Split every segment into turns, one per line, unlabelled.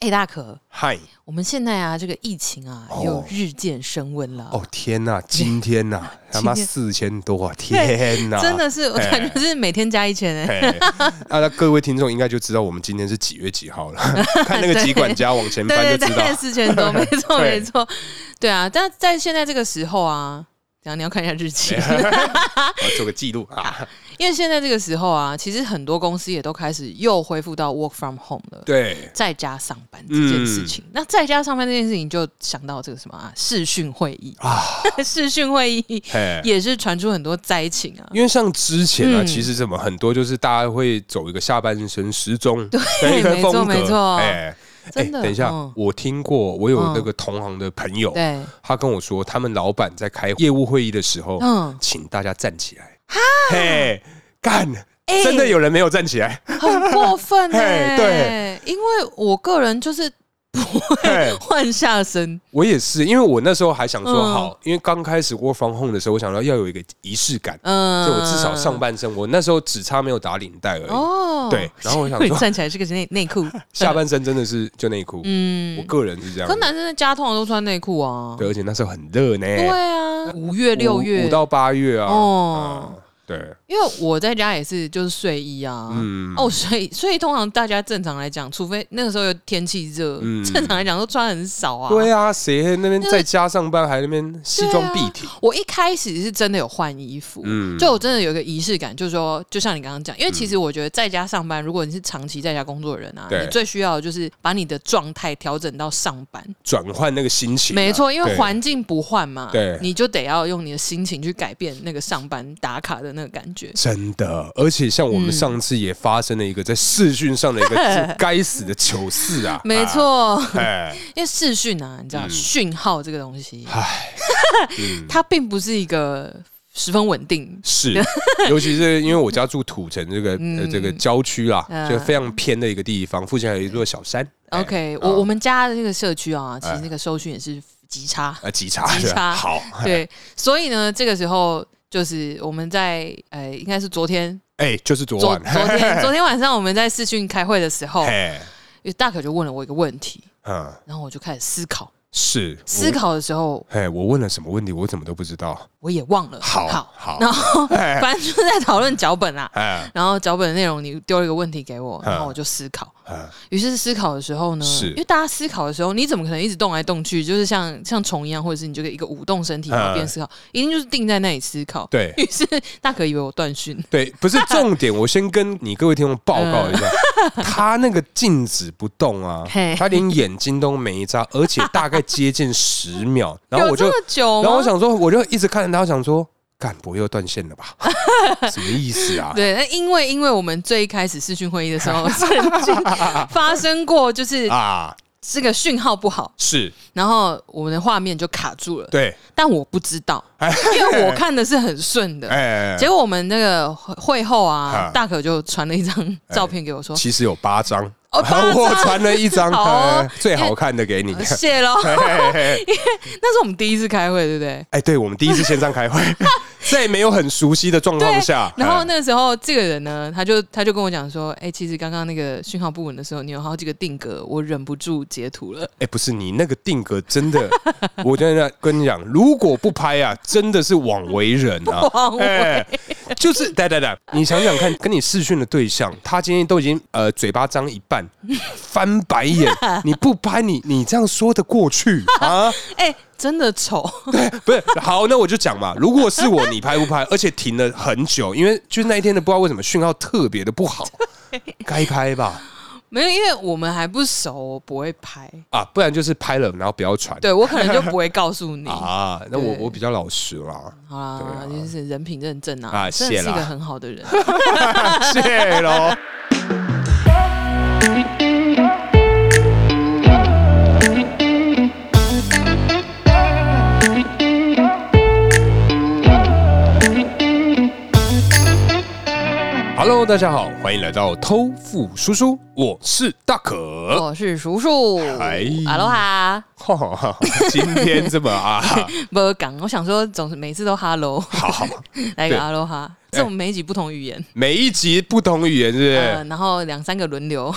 哎、大可，
嗨，
我们现在啊，这个疫情啊，
哦
又日渐升温了。
哦天呐，今天呐、 他妈
今天
四千多啊，天呐、
真的是，我
哎
感觉是每天加一千哎、
嘿。啊，那各位听众应该就知道我们今天是几月几号了， 看那个集管家往前翻
欸对
就
对
知道啊
对，。四千 多，没错
对
没错，对啊。但在现在这个时候啊，等一下你要看一下日期，
我要做个记录啊，
因为现在这个时候啊，其实很多公司也都开始又恢复到 work from home 了。
对，嗯
在家上班这件事情，那在家上班这件事情，就想到这个什么啊，视讯会议啊，视讯会议
嘿。
也是传出很多灾情啊，
因为像之前啊，
嗯
其实怎么很多就是大家会走一个下半身时钟的一个
没错
风格，
没错
哎哎，
真的。
等一下
嗯，
我听过，我有
嗯
那个同行的朋友，
对，
他跟我说，他们老板在开业务会议的时候，
嗯，
请大家站起来。嘿，干！
哎
真的有人没有站 起来，
很过分哎、
嘿对，
因为我个人就是
嘿，
换下身，
我也是，因为我那时候还想说
嗯
好，因为刚开始 work from home 的时候，我想到要有一个仪式感，
嗯，
就我至少上半身，我那时候只差没有打领带而已，
哦，
对然后我想 说
站起来是个内内裤，
下半身真的是就内裤，我
嗯，
个人是这样
可，男生在家通常都穿内裤啊，
对，而且那时候很热呢，
对啊，五月六
五
月
五到八月啊，
哦
哦，对，
因为我在家也是就是睡衣啊，
嗯，
哦，所以所以通常大家正常来讲，除非那个时候有天气热，
嗯
正常来讲都穿很少啊。
对啊，谁那边
那
在家上班还那边西
啊
装笔挺，
我一开始是真的有换衣服，
嗯，
就我真的有一个仪式感，就是说，就像你刚刚讲，因为其实我觉得在家上班，如果你是长期在家工作的人啊，
对
你最需要的就是把你的状态调整到上班。
转换那个心情啊，
没错，因为
对
环境不换嘛，
对
你就得要用你的心情去改变那个上班打卡的那个感觉。
真的，而且像我
嗯
们上次也发生了一个在视讯上的一 个该死的糗事啊！
没
啊，
错，
哎，
因为视讯啊，你知道
嗯
讯号这个东西，
唉嗯
它并不是一个十分稳定。
是，尤其是因为我家住土城这个呃
嗯
这个郊区啦，
嗯
就非常偏的一个地方，附近还有一座小山。哎
OK，
啊
我我们家的那个社区啊，其实
哎
那个收讯也是极差。
啊，极差
极
是吧
差
好，
对，所以呢，这个时候就是我们在呃，应该是昨天，
哎，就是昨
昨
晚，
昨 天昨天晚上我们在视讯开会的时候，
哎，
大可就问了我一个问题，
嗯，
然后我就开始思考。
哦是
思。考的时候，
哎，我问了什么问题，我怎么都不知道。
我也忘了。
好，
好，
好，
然 后反正就在讨论脚本啦。
哎，
然后脚本的内容，你丢了一个问题给我，
嗯
然后我就思考。
嗯
于是思考的时候呢，
是
因为大家思考的时候，你怎么可能一直动来动去，就是像像虫一样，或者是你就一个舞动身体，然后边思考，一定就是定在那里思考。
嗯对，
于是大可以为我断讯，
对，不是重点，我先跟你各位听众报告一下， 他那个静止不动啊
嗯嘿，
他连眼睛都没眨，而且大概接近十秒， 然后我就
有，这么啊久吗？
然后我想说，我就一直看着他，我想说，干，不会又断线了吧？ 什么意思啊？
对，那因为因为我们最一开始视讯会议的时 候，曾经发生过，就是
啊，
这个讯号不好，
是
然后我们的画面就卡住了，
对，
但我不知道，因为我看的是很顺的。
哎，
结果我们那个会会后啊
啊，
大可就传了一张照片给我说，
其实有八张，
哦八张
我传了一张
好哦
哎最好看的给你。
谢喽。
嘿嘿嘿
那是我们第一次开会，对不对？
哎，对，我们第一次线 上开会，在没有很熟悉的状况下，
然后
哎？
那时候这个人呢，他就他就跟我讲说，哎、其实刚刚那个讯号不稳的时候，你有好几个定格，我忍不住截图了。
哎、不是你那个定格真的， 我真的跟你讲，如果不拍啊，真的是枉为人啊！
枉为
哎就是，对对对，你想想看，跟你视讯的对象，他今天都已经呃嘴巴张一半， 翻 白眼，你不拍你，你这样说得过去啊？
哎、真的丑，
不是，好，那我就讲嘛，如果是我，你拍 不拍？而且停了很久，因为就是那一天的不知道为什么讯号特别的 不好，该拍吧。
没有，因为我们还不熟，我不会拍。
啊，不然就是拍了，然后不要传。
对我可能就不会告诉 你。好
啊，那我
对
我比较老实啦。
啦，就是人品认证啊，
啊
真的
谢
是一
啦
个很好 的人。
谢喽。Hello， Hello，大家好，欢迎来到偷富叔叔，我是大 可。
我是叔叔，
哎
阿罗哈，
哈哈，今天这么啊，
不港，我想说总是每次都哈喽，
好好，
来
对哎
个阿罗哈，这我们每一集不同语言，
每一集不同语言，是不
呃
是？，
然后两三个轮流，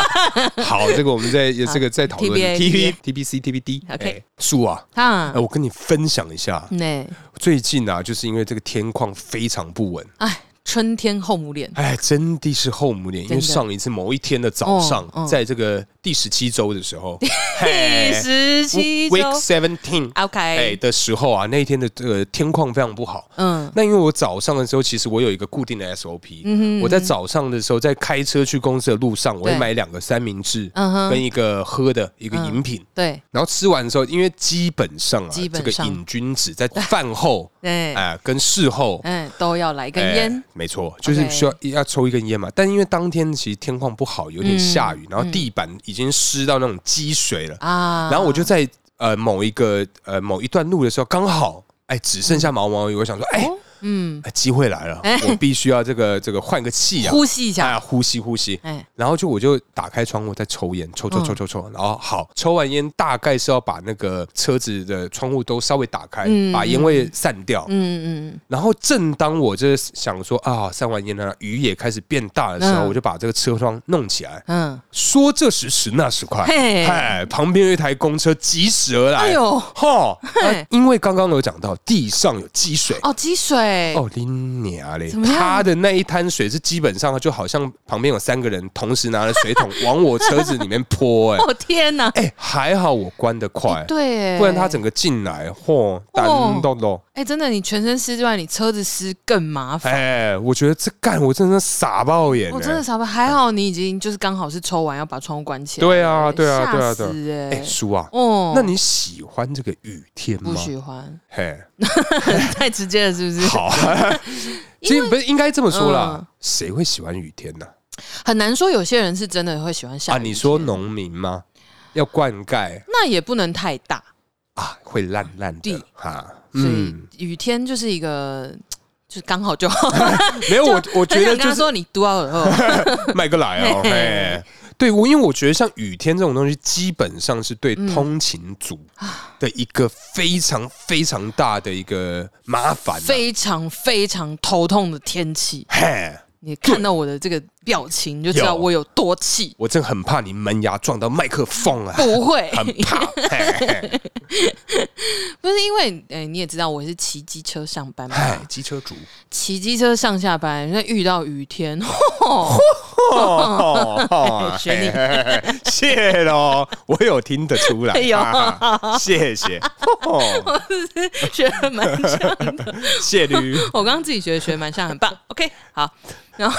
好，这个我们在这个在讨论
TBA
T B T B C T B D。
OK
哎树啊，
哈
哎，，我跟你分享一下，
那
最近啊，就是因为这个天况非常不稳，
哎，春天后母脸，
哎，真的是后母年，因为
真的
上一次某一天的早上
哦，哦
在这个第十七周的 时候，
第
嘿
十七周
Week Seventeen，哎
，OK，
的时候啊，那一天的这个天况非常不好。
嗯，
那因为我早上的时候，其实我有一个固定的 SOP，、
嗯
我在早上的时候，在开车去公司的路上，我会
对
买两个三明治，
嗯哼
跟一个喝的一个
嗯
饮品。
对
然后吃完的时候，因为基本上啊，
基本
这个
上
瘾君子在饭后
对，
啊、跟事后
嗯，哎都要来一根
哎
烟，
没错，就是需要要抽一根烟嘛。但因为当天其实天况不好，有
嗯
点下雨，然后地板已经湿到那种积水了。
啊，
然后我就在呃某一个呃某一段路的时候，刚好哎只剩下毛毛雨，我想说哎
哦嗯，
哎机会来了，我必须要这个这个换个气啊，
呼吸一下，
啊呼吸呼吸。
哎，嗯
然后就我就打开窗户在抽烟，抽抽抽抽抽，然后好抽完烟大概是要把那个车子的窗户都稍微打开，
嗯
把烟味散掉。
嗯嗯
然后正当我这想说啊散完烟了，雨也开始变大的时候，
嗯
我就把这个车窗弄起来。
嗯，
说这时迟那时快，
嘿
嗨，旁边有一台公车疾驶而来，
哎呦，
哈，
嘿
啊因为刚刚有讲到地上有积水。
哦，积水，
哦，你娘嘞
怎！么样
他的那一滩水是基本上就好像旁边有三个人同时拿着水桶往我车子里面泼，哎
哦天哪，
哎，还好我关得快，
哦对哦耶，
不然他整个进来，嚯，单咚咚，
哎，真的，你全身湿之外，你车子湿更麻烦。
哎，我觉得这干我真的傻爆眼，
我真的
哎，
傻吧，还好你已经就是刚好是抽完，要把窗户关起来。
对啊，对啊，对啊，
哎吓
对啊，
死
哎，
哎！
叔啊，
哦，
那你喜欢这个雨天
不
吗？
喜欢，
嘿，
太直接了，是不是？
好，其实不是应该这么说啦
嗯，
谁会喜欢雨天呢？
很难说，有些人是真的会喜欢下雨
啊，
天。
你说农民吗？要灌溉
那也不能太大，
啊，会烂烂的
地
哈。嗯
所以，雨天就是一个，就是刚好就好。
没有我，我觉
很想
得
跟
就
他
是
说你嘟到耳 后，
麦个来哦。
嘿
嘿，对我，因为我觉得像雨天这种东西，基本上是对通勤族
嗯啊
的一个非常非常大的一个麻烦啊。
非常非常头痛的天气，
嘿，
你看到我的这个表情你就知道
有
我有多 气。
我真的很怕你门牙撞到麦克风啊，
不会，
很怕。嘿嘿
不是因为，哎、你也知道我是骑机车上班嘛，
嘿，机车族。
骑机车上下班，那遇到雨天，
哦，哦
选你
嘿谢喽，我有听得出来，
哎呦
哈哈谢谢，哦
学的蛮像。
谢驴，
我刚刚自己觉得学的蛮像，很棒。OK，好，然后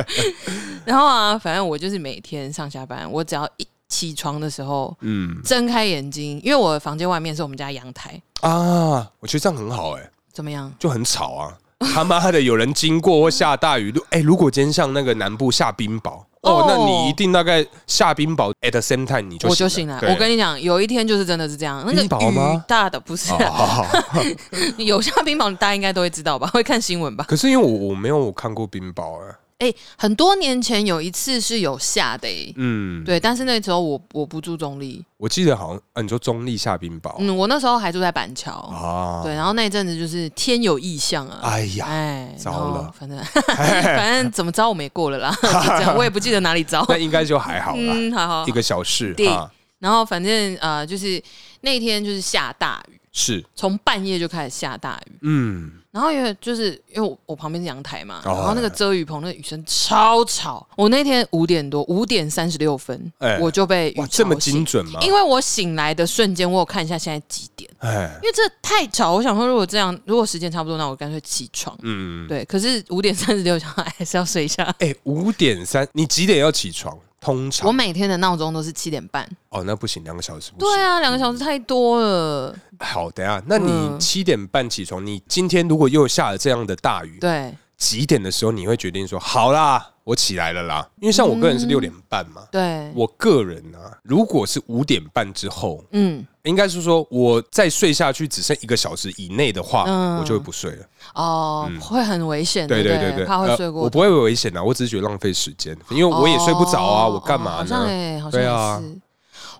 然后啊，反正我就是每天上下班，我只要一起床的时候，
嗯
睁开眼睛，因为我的房间外面是我们家阳台，哦
啊，我觉得这样很好，哎，
怎么样？
就很吵啊， 他妈的，有人经过或下大雨，如哎，如果今天像那个南部下冰雹，哦
哦，
那你一定大概下冰雹 at the same time 你就
我就醒来。
对
我跟你讲，有一天就是真的是这样，那个
冰雹吗
雨大的不是、
哦
啊
好好好
有下冰雹，大家应该都会知道吧？ 会看新闻吧？
可是因为我我没有看过冰雹，哎，
哎、很多年前有一次是有下的、欸，
嗯，
对，但是那时候我我不住中立，
我记得好像啊，你说中立下冰雹
嗯，我那时候还住在板桥，
啊，
对，然后那一阵子就是天有异象啊，
哎呀，
哦哎，
糟
然后
了
反正 反正怎么糟我们也过了啦， 就这样，我也不记得哪里 糟。
那应该就还好啦。
嗯，好好
一。个小事
对
啊，
然后反正呃，就是那天就是下大雨，
是，
从半夜就开始下大雨。
嗯，
然后因为就是因为我我旁边是阳台嘛，
哦
然后那个遮雨棚那个雨声超吵。我那天五点多，五点三十六分
哎，
我就被雨
哇，
吵
这么精
醒。
准啊吗？
因为我醒来的瞬间，我有看一下现在几点，
哎，
因为这太吵。我想说，如果这样，如果时间差不多，那我干脆起床。
嗯，
对，可是五点三十六，想还是要睡一下。
哎，五点三，你几点要起床？通常
我每天的闹钟都是七点半。
哦，那不行，两个小时不
对
行。
啊，两个小时太多了。
嗯好，等一下，那你
嗯
七点半起床，你今天如果又下了这样的大雨，
对，
几点的时候你会决定说好啦，我我起来了啦。因为像我个人
嗯
是六点半嘛，
对，
我个人啊，如果是五点半之后，
嗯，
应该是说我再睡下去只剩一个小时以内的话，
嗯
我就会不睡了。
哦，会很危险，
嗯对
对
对
不
对对，
怕会
呃
睡过头。
我不会有危险的，我只是觉得浪费时间，因为我也睡不着啊，
哦
我干嘛
好像
呢？
哎、好像
对
也
啊
是。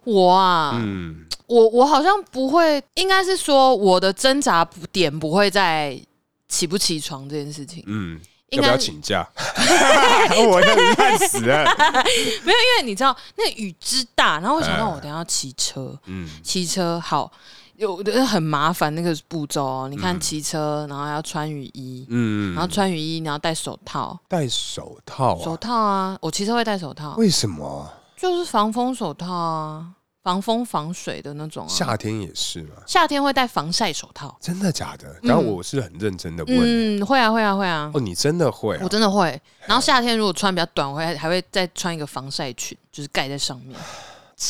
我啊，
嗯，
我我好像不会，应该是说我的挣扎不点不会在起不起床这件事情，
嗯，
应
要不要
该
请 假？ 我要烂死了。
没有，因为你知道那雨之大，然后我想到
嗯
我等一下要骑车，
嗯，
骑车好有的很麻烦那个步骤哦。你看骑车，然后还要穿雨衣，
嗯，
然后穿雨衣，然后戴手套，
戴手套
手
啊？
套啊，我骑车会戴手套，
为什么
就是防风手套啊，防风防水的那种啊。
夏天也是嘛？
夏天会戴防晒手套，
真的假的？然后我是很认真的问，
嗯，会啊，会啊，会啊。
哦，你真的会啊
我？真的会，然后夏天如果穿比较短，我还还会再穿一个防晒裙，就是盖在上 面。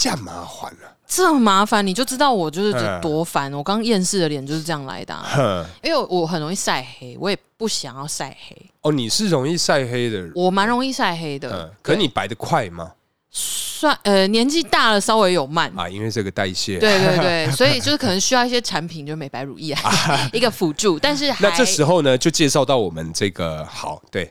干嘛还啊 了？
这么麻烦，你就知道我就是
嗯
多烦。我刚厌世的脸就是这样来的 啊、
哼，
因为我很容易晒黑，我也不想要晒黑，
哦，你是容易晒黑的人，
我蛮容易晒黑的。
嗯，可你白的快吗？
算呃年纪大了稍微有慢，
啊，因为这个代谢。
对对对，所以就是可能需要一些产品，就是美白乳液啊 一个辅助，但是还
那这时候呢，就介绍到我们这个好， 对，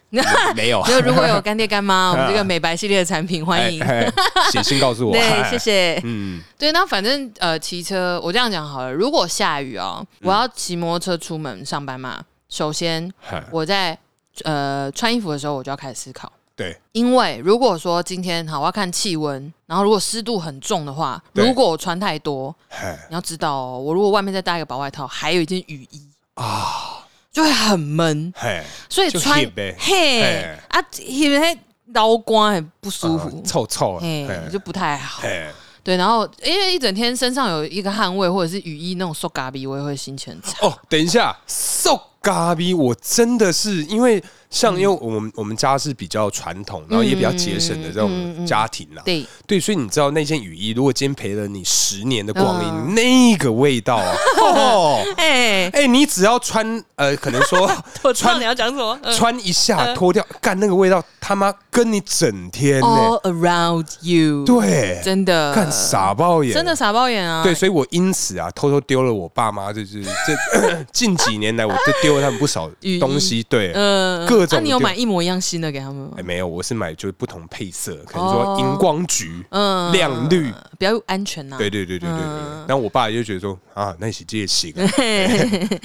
没有，
就如果 有干爹干妈，我们这个美白系列的产品欢迎。
哎，哎写信告诉我。
对，谢
谢。
谢。
嗯，
对，那反正呃，骑车我这样讲好了。如果下雨哦，
嗯
我要骑摩托车出门上班嘛，首先
嗨
我在呃穿衣服的时候，我就要开始思考，
对，
因为如果说今天好，我要看气温，然后如果湿度很重的话，
对
如果我穿太多，
嗨
你要知道哦，我如果外面再搭一个薄外套，还有一件雨衣，
啊，
就会很闷，
嘿，
所以
就
穿
heat 呗
嘿
哎
啊，因为刀光很不舒
啊
服，
臭臭，
嘿
嘿，
就不太好。
嘿，
对，然后因为一整天身上有一个汗味或者是雨衣那种瘦嘎逼，我也会心情很差。
哦，等一下，瘦咖逼，我真的是因为像
嗯
因为我们我们家是比较传统，然后也比较节省
嗯
的这种家庭啦，
对，
对，所以你知道那件雨衣，如果今天陪了你十年的光
嗯
阴，那个味道 啊，哦，
哎、
哎，你只要穿呃，可能 说
我知道
穿
你要讲什么。嗯
穿一下脱掉，干那个味道，他妈跟你整天呢，
All around you，，
欸对，
哦真的
干，傻爆眼，
真的傻爆眼啊！
对，所以我因此啊，偷偷丢了我爸妈，就是 这近几年来，我就丢了他们不少
雨衣
东西。对，
嗯，
各种
那、你有
丢
买一模一样新的给他们吗
哎，？没有，我是买就是不同配色，可能
哦
说荧光橘、
嗯，
亮绿。
比较安全呐、
对对对对对对
嗯
对。然后我爸就觉得说啊，那是这行，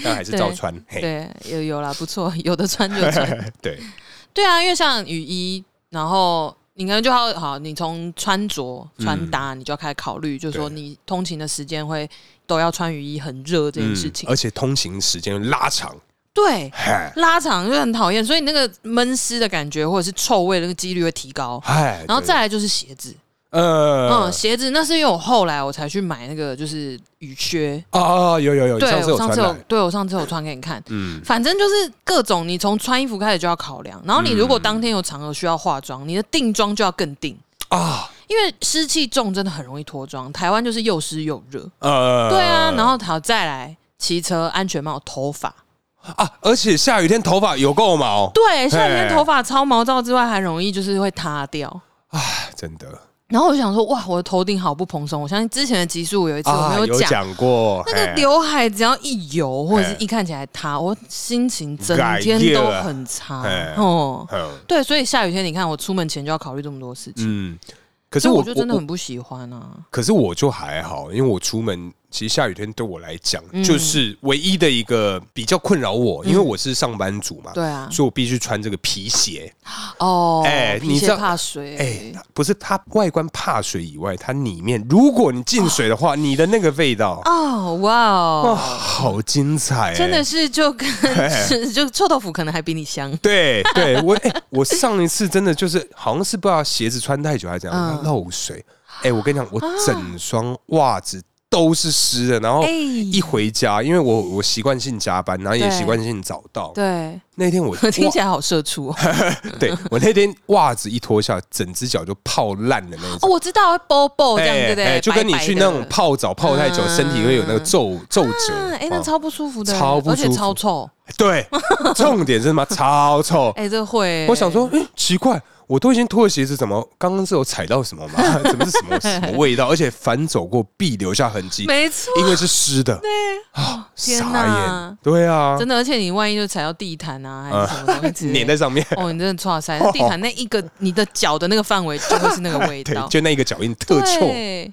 但还是照穿。嘿，
对，有有啦，不错，有的穿就 穿。
对，
对啊，因为像雨衣，然后你可能就要好，你从穿着穿搭，你就要开始考虑，就是说
嗯对
你通勤的时间会都要穿雨衣，很热这件事情。
嗯
哦
而且通勤时间拉长，
对，
嗨
拉长就很讨厌，所以那个闷湿的感觉或者是臭味的那个几率会提高。
嗨，
然后
对
再来就是鞋子，嗯，
呃
鞋子那是因为我后来我才去买那个就是雨靴，
啊，有有有，你
对
上次
我
有
上
穿
次有
来，
对我上次有穿给你看，
嗯，
反正就是各种，你从穿衣服开始就要考量，然后你如果
嗯
当天有场合需要化妆，你的定妆就要更定
啊，
因为湿气重真的很容易脱妆。台湾就是又湿又热，
呃，
对啊。然后好再来骑车、安全帽、头发，
啊，而且下雨天头发有够毛，
对，像你的
嘿
头发超毛躁之外，还容易就是会塌掉。
真的，
然后我就想说，哇，我的头顶好不蓬松。我相信之前的集数有一次我
啊，
没
有
讲，
讲过
那个
嘿
刘海只要一油或者是
嘿
一看起来塌，我心情整
改
天
业
都
了
很差
嘿
哦。
嗯
对，所以下雨天，你看我出门前就要考虑这么多事情，
嗯，可是
所以
我
我就真的
我
很不喜欢啊。
可是我就还好，因为我出门其实下雨天对我来讲、
嗯
就是唯一的一个比较困扰我，因为我是上班族嘛，
对啊，
所以我必须穿这个皮鞋。
哦，
哎
皮
你
鞋
知道
怕水，
哎、不是它外观怕水以外，它里面如果你进水的话，你的那个味道
哦，哇
啊、
哦，
好精彩、哎
真的。是就跟是就臭豆腐可能还比你香。
对对，我哎、我上一次真的就是好像是不知道鞋子穿太久还是怎样，
嗯
它漏水。哎、我跟你讲，我整双袜子都是湿的，然后
哎
哦一回家，因为我我习惯性加班，然后也
对
习惯性早到。
对，
那 天 我
听起来
哇
好社畜哦。
对我那天袜子一脱下，整只脚就泡烂的那
哦，
种。
我知道，包包这样对不对？
哎就跟你去
白白
那
的
种泡澡泡太久，
嗯
身体会有那个皱皱
嗯，
褶。
哎，那
哦
超不舒服的，
超不
而且
舒服
超臭。
对，重点是他妈超臭。
哎，这会。
我想说，哎，奇怪，我都已经脱了鞋子，怎么刚刚是有踩到什么吗？ 怎么是什么什么味道？而且反走过必留下痕迹，
没 错，哦
因为是湿的。啊，
天
傻
哪
眼，对啊，
真的，而且你万一就踩到地毯啊，还是什么东西之类
粘
的
在上哦面，
哦，你真的错塞，地毯那一个你的脚的那个范围就会是那个味
对，
道，
就那一个脚印特臭。嗯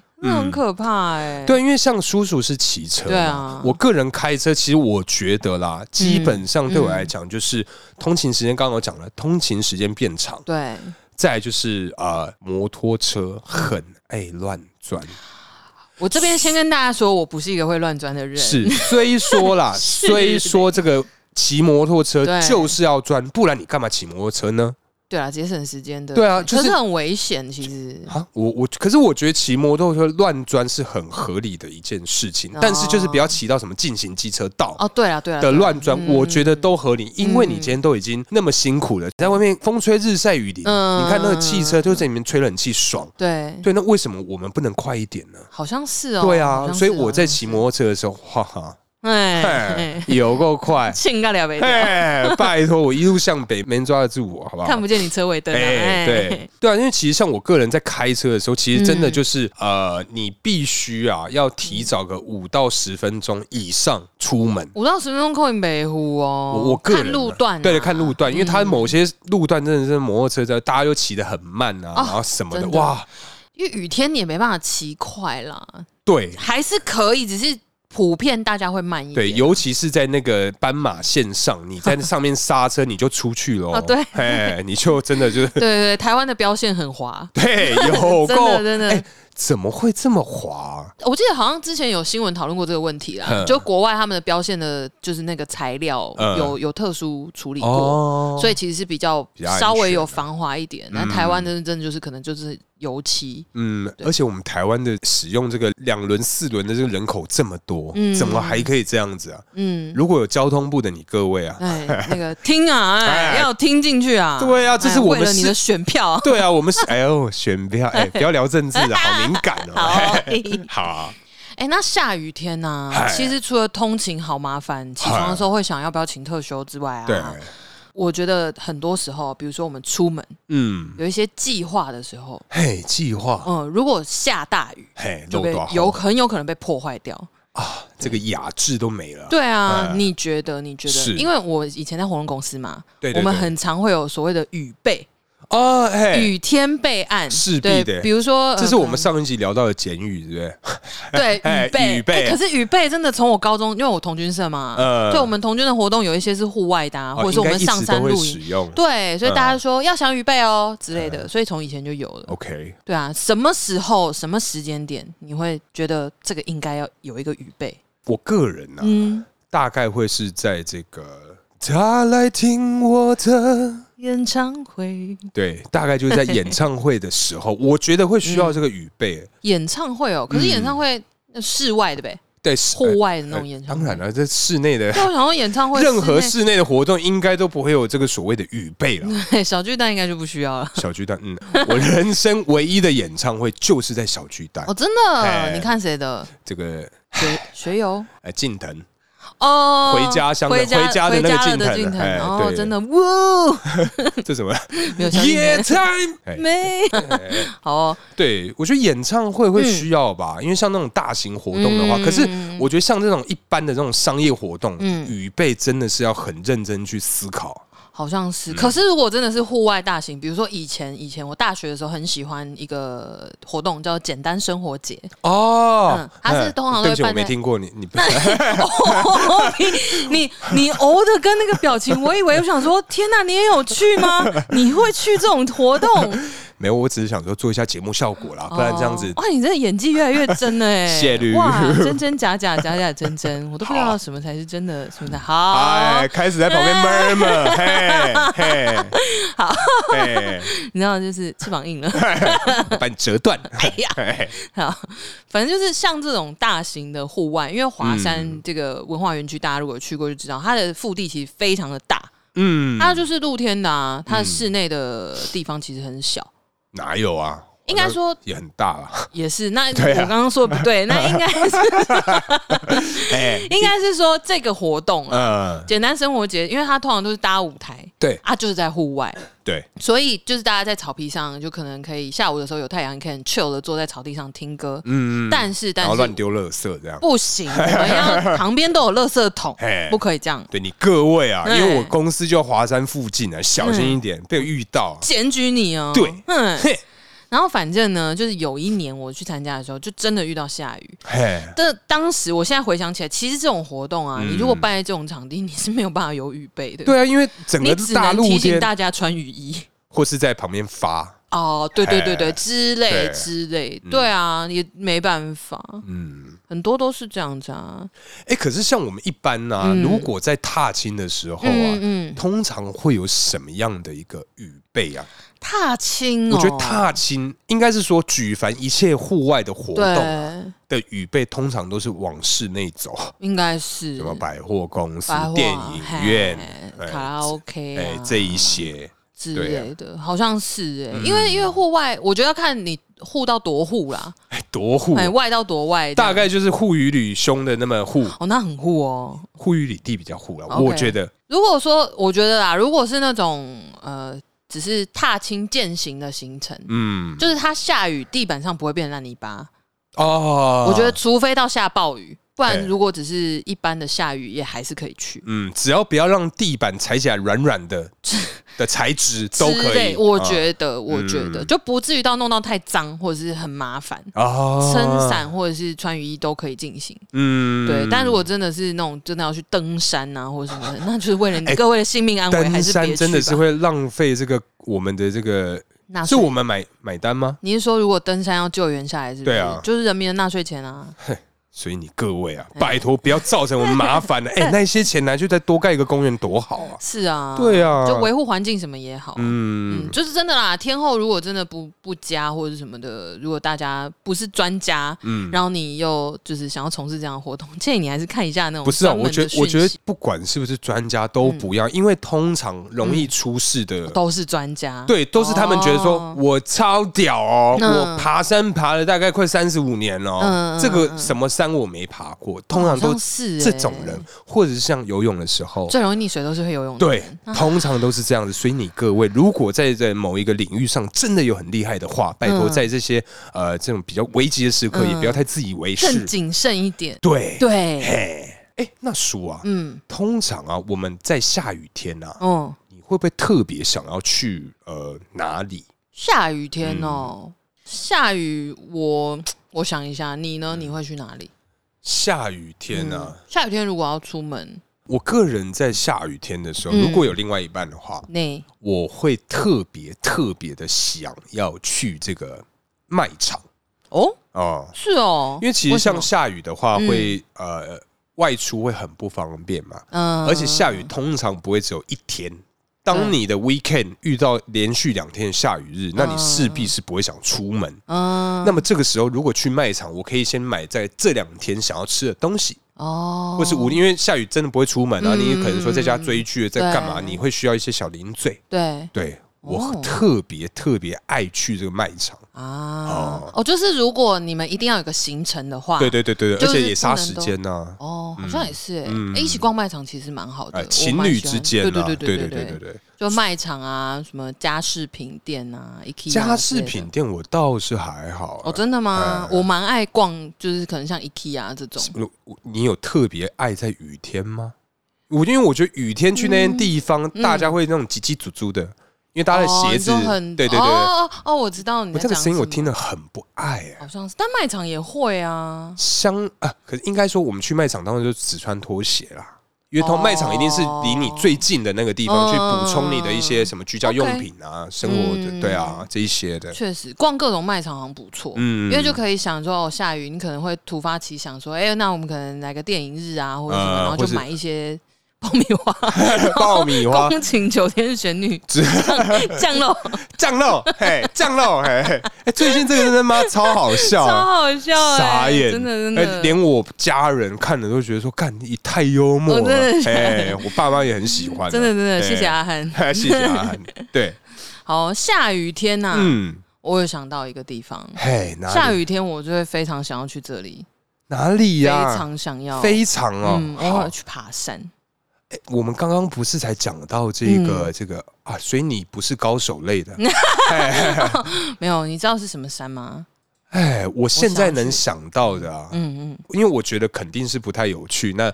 对，那很可怕哎、，
对，因为像叔叔是骑车嘛，
对啊嗯
我个人开车，其实我觉得啦，基本上对我来讲，就是通勤时间，刚刚我讲了，通勤时间变长，
对，
再来就是呃，摩托车很爱乱钻，
我这边先跟大家说，我不是一个会乱钻的人，
是虽说啦，
是
虽说这个骑摩托车
对
就是要钻，不然你干嘛骑摩托车呢？
对啊，节省时间的，
对啊就是
可是很危险，其实
啊，我我可是我觉得骑摩托车乱钻是很合理的一件事情，但是就是不要骑到什么进行机车道
哦，对啊，对啊，
的
对啊
乱钻，
嗯
我觉得都合理，因为你今天都已经那么辛苦了，在外面风吹日晒雨淋，
嗯
你看那个汽车就在里面吹冷气爽。
对，
对，那为什么我们不能快一点呢？
好像是哦，
对
好
啊，
像
所以
是哦
我在骑，摩托车的时候，哈哈，
哎
嘿
哎，，
有够快
庆个了呗，
嘿，哎拜托，我一路向北，没人抓得住我，好不好？
看不见你车尾灯啊，
哎、
哎，
对，对啊，因为其实像我个人在开车的时候，其实真的就是、呃，你必须啊要提早个五到十分钟以上出门。
五到十分钟扣你北湖哦，
我我个人啊
看路段、啊，
对看路段，因为它某些路段真的是摩托车在，大家又骑得很慢啊，
哦
然后什么的，
真的
哇，
因为雨天你也没办法骑快啦，
对
还是可以，只是普遍大家会慢一点。
对，尤其是在那个斑马线上，你在上面刹车，你就出去 了、
哦对
哎，你就真的就是，
对对对台湾的标线很滑
对，有
真
够
的真的
哎怎么会这么滑、
我记得好像之前有新闻讨论过这个问题啦
嗯，
就国外他们的标线的，就是那个材料
嗯
有有特殊处理过。
哦，
所
以
以其实是比较
比较安全
稍微
的
有防滑一点，那台湾的真的就是可能就是油漆，
嗯，而且我们台湾的使用这个两轮、四轮的这个人口这么多，
嗯
怎么还可以这样子啊？
嗯，
如果有交通部的你各 位啊，
哎，那个听啊，
哎
哎，要听进去啊，
对啊这是
哎
我们
为了你
是
的选票啊，
对啊，我们是哎呦选票， 哎，不要聊政治了，好敏感哦。
好
哎好啊，
哎、那下雨天呢、
嗨
其实除了通勤好麻烦，起床的时候会想要不要请特休之外
对，
啊，我觉得很多时候，比如说我们出门
嗯，
有一些计划的时候，
嘿，计划，
嗯，如果下大雨，
嘿，
就
漏
被
多好
有很有可能被破坏掉。
啊，这个雅致都没了。
对啊，
哎
你觉得？你觉
是
得？因为我以前在活动公司嘛，
对对
我们
对
很常会有所谓的雨备、
哦，嘿，
雨天备案，
势必
对
的
比如说，
这
呃
是我
可
们上一集聊到的简语，对不对？
对，
哎
雨备，
雨备
哎可是雨备真的从我高中，因为我童军社嘛，
呃
对我们童军的活动有一些是户外的、啊，
哦
或者是我们
应该一
上
直
山
都会
露
使
营，
用。嗯
对，所以大家说、要想雨备哦之类的，所以从以前就有了。
OK，
对啊，什么时候、什么时间点，你会觉得这个应该要有一个雨备？
我个人呢，
嗯，
大概会是在这个他来听我的，
演唱会、
对，大概就是在演唱会的 时候，我觉得会需要这个雨备。
演唱会哦，可是
嗯
演唱会、那室外的呗，
对，是
户外的那
呃
种演唱
当
会。
然了，在室内 的
对，我想说演唱会
任何
室
室内的活动，应该都不会有这个所谓的预备 了。
内哎小巨蛋应该就不需要了。
小巨蛋，嗯，我人生唯一的演唱会就是在小巨蛋
哦，，真的？
哎
你看谁的？
这个
学学友。
呃近藤，
哦，
回家乡的
回
回家的
回
那个
家的
近
近
藤
藤，
哎
哦
对，
真的，哇，
这什么
没有相信
野
你
餐？哎
没，好哦，
对，我觉得演唱会会需要吧，因为像那种大型活动的话，
嗯
可是我觉得像这种一般的这种商业活动，
嗯
预备真的是要很认真去思考。
好像
嗯
是。可是如果真的是户外大型，比如说以前以前我大学的时候很喜欢一个活动叫简单生活节，
哦
嗯，它是
嗯
通常都会
对不起，我
办
没
在
听过你，你
哦你你你哦的跟那个表情，我以为我想说，天哪，你也有去吗？ 你会去这种活动？
没有，我只是想说做一下节目效果啦， 不然这样子
哦哇，你真的演技越来越真了哎，
谢律
哇，真真假假，假假真真，我都不知道什么才是真的，什么才好。
哎，开始在 旁边 murmur，嘿，嘿，好，嘿，
你知道，就是翅膀硬 了。
把你折断。
哎呀，
嘿
好，反正就是像这种大型的户外，因为
嗯
华山这个文化园区，大家如果有去过就知道，它的腹地其实非常的大，
嗯，
它就是露天的啊，它的室内的地方其实很小。
哪有啊？
应该说
也很大了。
也是。那我
对啊
刚刚说的不对，那应该 是
哎，
应该是说这个活动啊，
嗯，
简单生活节，因为它通常都是搭舞台，
对
啊，就是在户外，
对，
所以就是大家在草皮上，就可能可以下午的时候有太阳，你可以很 chill 的坐在草地上听歌。
嗯，
但是，但
然后乱
是
丢垃圾这样。
不 行，我们要旁边都有垃圾桶
嘿，
不可以这样。
对你各位啊，因
哎
为我公司就华山附近啊，小
嗯
心一点，被我遇到啊。
检举你哦，
对
嗯，
嘿，
然后反正呢，就是有一年我去参加的时候，就真的遇到下雨。
嘿，
但当时我现在回想起来，其实这种活动啊，
嗯
你如果办在这种场地，你是没有办法有雨备的。，
对啊，因为整
你
个
只
大
能
露
提醒
天，
大家穿雨衣。
或是在旁边发，
哦，对对对对，
哎
之类
对
之类，对啊，也没办法，
嗯，
很多都是这样子啊。
哎，可是像我们一般呢、
嗯
如果在踏青的时候啊，
嗯嗯，
通常会有什么样的一个预备啊？
踏青哦，
我觉得踏青应该是说举凡一切户外的活动啊
对，
的预备，通常都是往室内走，
应该是
什么百货公
嗯
司
百、货
电
啊
影
嘿
院，
卡
哎
拉 OK
哎嗯
啊
这一些，
之
对啊
类的，好像是哎，因为因为户外，我觉得要看你户到多户啦，
哎，多户
哎，外到多外，
大。概就是护与履兄的那么 护，
哦，那很酷哦！
护与履地比较护了。
OK
我觉得，
如果说我觉得啦，如果是那种呃，只是踏青践行的行程，
嗯，啊
就是它下雨地板上不会变烂泥巴，
哦，
我觉得，除非到下暴雨，不然
对
如果只是一般的下雨，也还是可以去。
嗯，只要不要让地板踩起来软 软的的材质都
之
可
类
以。啊
我觉得，我觉得
嗯
就不至于到弄到太脏或者是很麻烦。
啊，哦
撑，伞或者是穿雨衣都可以进行，
嗯
对。但如果真的是那种真的要去登山啊或者什么的， 那就是为了你
哎
各位的性命安危，还
登
是别去
山
吧
真的是会浪费这个我们的这个，
纳
是
税。
我们买买单吗？
你是说如果登山要救援下来，是不是？
对啊
就是人民的纳税钱啊。
所以你各 位啊，拜托不要造成我们麻烦了。哎，那些钱拿去再多盖一个公园多好啊！
是啊，
对啊，
就维护环境什么也好啊。嗯，
嗯，
就是真的啦。天后如果真的不不佳或者是什么的，如果大家不是专家，
嗯
然后你又就是想要从事这样的活动，建议你还是看一下那种
不是啊，
专门
我觉
的
得我
讯
觉得
息嗯
不管是不是专家都不要，因为通常容易出事的，
都是专家，
对，都是他们觉得说、
嗯哦
我超屌哦，
嗯
我爬山爬了大概快三十五年了、哦，
嗯嗯
这个什么山我没爬过，通常
好
都
像是欸
这种人，或者是像游泳的时候。
最容易溺水都是会游泳的
对
人，啊
通常都是这样子，所以你各位如果在在某一个领域上真的有很厉害的话，拜托
嗯
在这些呃这种比较危急的时刻，
嗯
也不要太自以为
更
是。
谨慎一点。
对，
对，
嘿，哎，那叔啊，
嗯，
通常啊，我们在下雨天啊，
哦，
你会不会特别想要去呃哪里？
下雨天
嗯
哦，下雨我我想一下，你呢？你
嗯
会去哪里？
下雨天啊，
嗯下雨天如果要出门，
我个人在下雨天的时候，
嗯
如果有另外一半的话，
那
我会特别特别的想要去这个卖场
哦，
哦、
是哦，
因为其实
为什么
像下雨的话
嗯
会，呃外出会很不方便嘛，
嗯
而且下雨通常不会只有一天。当你的 weekend 遇到连续两天的下雨日，
啊
那你势必是不会想出门。
嗯，
那么这个时候，如果去卖场，我可以先买在这两天想要吃的东西，
哦，
或是无因为下雨真的不会出门啊，
嗯
你可能说在家追剧啊在干嘛，
对
你会需要一些小零嘴。
对
对我
哦
特别特别爱去这个卖场，
啊，哦，就是如果你们一定要有个行程的话，
对对对对，对
啊就
而
是
且也杀时间啊呐。
哦，好像也是欸，
嗯
欸一起逛卖场其实蛮好的，
呃，
我
情
蛮
侣
喜欢
之间啊，
对对
对
对
对对
对，
对。
就卖场啊，什么家饰品店啊，IKEA
家
之类
饰
的
品店我倒是还好啊
哦，真的吗？我蛮爱逛，就是可能像 IKEA 这种，
我我你有特别爱在雨天吗？我因为我觉得雨天去那些
嗯
地方，大家会那种叽叽足足的，因为大家的
哦
鞋
你
子
说，很
对对对对，
哦哦哦，我知道你
我
在
这个
讲
声音我
什么
听得很不爱哎、
好像是，但卖场也会啊，
相啊，可是应该说我们去卖场当然就只穿拖鞋啦，因为通
哦
卖场一定是离你最近的那个地方去补充你的一些什么居家用品啊、生活的
嗯
对啊这一些的，
确实逛各种卖场好像不错，
嗯，
因为就可以想说，哦，下雨，你可能会突发奇想说，哎、那我们可能来个电影日啊，或者什么，
呃
然后
或
就是买一些爆米花、
爆米 花
宫崎九天玄女降降落，
酱肉， 嘿，酱肉，嘿，嘿哎，最近这个真的妈超好笑
超
啊，
好笑、哎
傻眼，
真的真
哎
的，
连我家人看了都觉得说，干你太幽默
我
了
哦真，的
哎，我爸妈也很喜 欢啊，
真的真的，
哎
谢谢阿涵。
谢谢啊，对，
好，下雨天呐、
嗯，
我有想到一个地方，
嘿，哪里
下雨天我就会非常想要去这里，
哪里
非
呀、
常想要，
非常哦，
嗯，我
好
要，去爬山。
诶我们刚刚不是才讲到这个、
嗯
这个啊，所以你不是高手类的，
没有，你知道是什么山 吗？
哎，我现在能想到的啊，
嗯嗯，
因为我觉得肯定是不太有趣，那